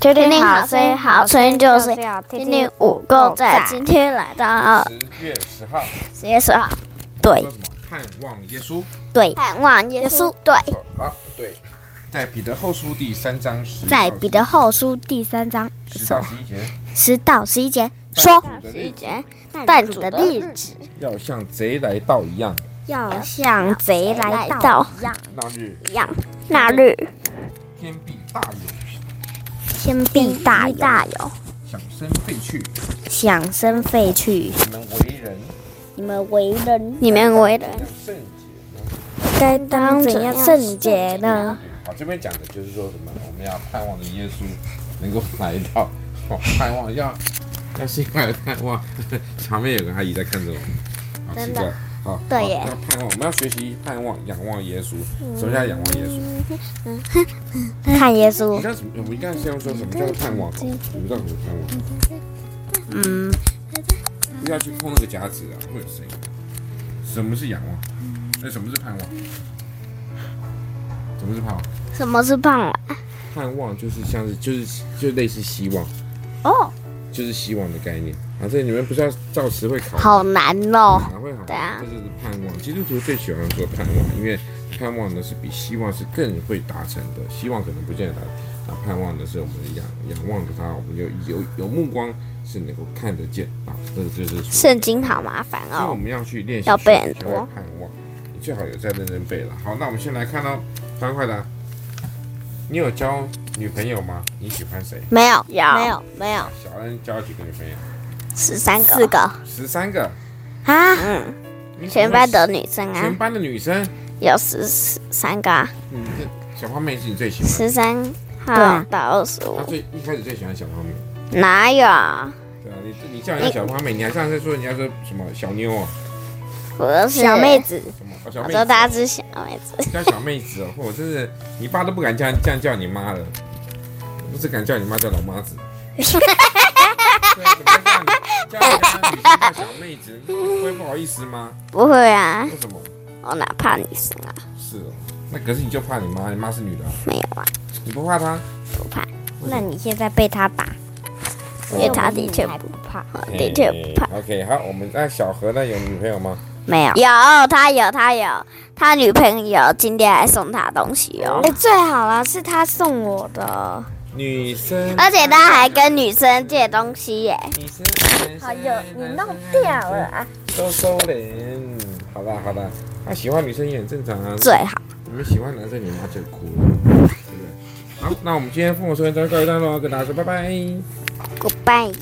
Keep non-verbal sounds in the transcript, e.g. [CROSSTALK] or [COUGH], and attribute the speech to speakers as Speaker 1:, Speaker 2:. Speaker 1: 天
Speaker 2: 天
Speaker 1: 天
Speaker 2: 好
Speaker 1: 好声
Speaker 2: 声音
Speaker 1: 音，
Speaker 2: 好
Speaker 1: 好
Speaker 2: 声
Speaker 1: 声
Speaker 2: 音
Speaker 1: 音
Speaker 2: 就
Speaker 1: 就是是
Speaker 2: 天
Speaker 1: 天
Speaker 2: 天
Speaker 1: 天
Speaker 2: 五
Speaker 1: 五
Speaker 2: 够
Speaker 1: 够
Speaker 2: 赞
Speaker 1: 赞。
Speaker 2: 今
Speaker 1: 今
Speaker 2: 天来到
Speaker 3: 十月十号
Speaker 2: 十月十号，对
Speaker 3: 说什么？盼望耶稣。
Speaker 2: 对，
Speaker 1: 盼望耶稣，
Speaker 2: 对，
Speaker 3: 啊，对，在彼得后书第三章十，
Speaker 2: 在彼得后书第三章
Speaker 3: 十到十一节
Speaker 2: 十到十一节说，
Speaker 1: 一节，
Speaker 2: 但主的日子
Speaker 3: 要像贼来到一样，
Speaker 2: 要像贼来
Speaker 1: 来
Speaker 2: 到
Speaker 1: 到
Speaker 2: 一样，
Speaker 3: 那
Speaker 2: 那
Speaker 3: 日
Speaker 2: 日
Speaker 3: 天必大有，
Speaker 2: 天必大大有，
Speaker 3: 响声废去，
Speaker 2: 响声废去，
Speaker 3: 你们为人
Speaker 2: 你们为人
Speaker 1: 你们为人
Speaker 3: 要圣洁
Speaker 2: 该当怎样圣洁呢 [LAUGHS]
Speaker 3: 呢？？好，啊这边讲的就是说什么？我们要盼望的耶稣能够来到，哦、盼望要要是因为盼望， [LAUGHS] 旁边有个阿姨在看着我们，好奇
Speaker 2: 真的
Speaker 3: 怪。好，
Speaker 2: 对
Speaker 3: 好
Speaker 2: 耶嗯
Speaker 3: 要盼望，我们要学习盼望，仰望耶稣。什么叫仰望耶稣？
Speaker 2: 看耶
Speaker 3: 你
Speaker 2: 稣，
Speaker 3: 看什么？我们应该先说什么叫做盼望？你们知道什么是盼望？
Speaker 2: 嗯，
Speaker 3: 不要去碰那个夹子啊，会有声音。什么是仰望？那什么是盼望？什么是盼望？
Speaker 2: 什么是盼望？
Speaker 3: 盼望就是像是就是就类似希望，
Speaker 2: 哦，
Speaker 3: 就是希望的概念。啊，这你们不是要造词会考？
Speaker 2: 好难哦，
Speaker 3: 哪会好？
Speaker 2: 对啊
Speaker 3: 这就是盼望。基督徒最喜欢说盼望，因为盼望呢是比希望是更会达成的，希望可能不见得达成，那盼望呢是我们仰仰望着它，我们有有有目光是能够看得见啊，这个就是属于
Speaker 2: 圣经好麻烦
Speaker 3: 所以我
Speaker 2: 哦，
Speaker 3: 们要去练习
Speaker 2: 要背很
Speaker 3: 学
Speaker 2: 多
Speaker 3: 会盼望，你最好有在认真背了。好，那我们先来看到欢快的，你有交女朋友吗？你喜欢谁？
Speaker 2: 没有，
Speaker 1: 有
Speaker 2: 没有，没有，
Speaker 3: 小恩交了几个女朋友？
Speaker 2: 十三个，
Speaker 1: 四
Speaker 2: 个
Speaker 3: 十三个。
Speaker 2: 啊，
Speaker 1: 嗯，
Speaker 3: 你喜欢
Speaker 2: 全班的女生啊
Speaker 3: 全，班的女生，
Speaker 2: 有十三个啊，
Speaker 3: 你这小花妹是你最喜欢的。
Speaker 1: 十三
Speaker 2: 对
Speaker 1: 号
Speaker 2: 啊
Speaker 1: 到二十
Speaker 3: 她
Speaker 1: 五，
Speaker 3: 最一开始最喜欢小花妹，
Speaker 2: 哪有？
Speaker 3: 对啊，你你叫人家小花妹，你还上次说人家说什么小妞哦，
Speaker 1: 不是
Speaker 2: 小妹，子，
Speaker 3: 什么、哦、小
Speaker 1: 我
Speaker 3: 妹
Speaker 1: 说
Speaker 3: 子，
Speaker 1: 她是小妹子，
Speaker 3: 叫小妹子哦，我真是你爸都不敢这样这样叫你妈了，不是敢叫你妈叫老妈子。对啊，怎么会这样叫人家女生叫小妹子，不会不好意思吗？
Speaker 1: 不会啊，
Speaker 3: 为什么？
Speaker 1: 我哪怕女生啊？
Speaker 3: 是哦，那可是你就怕你妈，你妈是女的啊、
Speaker 1: 没有啊，
Speaker 3: 你不怕她？
Speaker 1: 不怕，
Speaker 2: 那你现在被他打，
Speaker 1: 因为她的确不
Speaker 2: 怕，
Speaker 1: 的确不怕。
Speaker 3: 哎 OK，好，我们那小何呢有女朋友吗？
Speaker 2: 没有，
Speaker 1: 有，他有，他有，他女朋友今天还送他东西哦，
Speaker 2: 哎，最好啦，是他送我的，
Speaker 3: 女生，
Speaker 2: 哎
Speaker 1: 而且他还跟女生借东西耶。
Speaker 3: 女生，男生
Speaker 2: 哎
Speaker 3: 哎
Speaker 2: 呦，你弄掉了，啊，
Speaker 3: 收收脸。好啦好啦，他喜欢女生也很正常啊。
Speaker 2: 最好，
Speaker 3: 你们喜欢男生，你妈就哭了，对不对？好，那我们今天《父母说》就告一段落，跟大家说拜拜。
Speaker 1: Goodbye。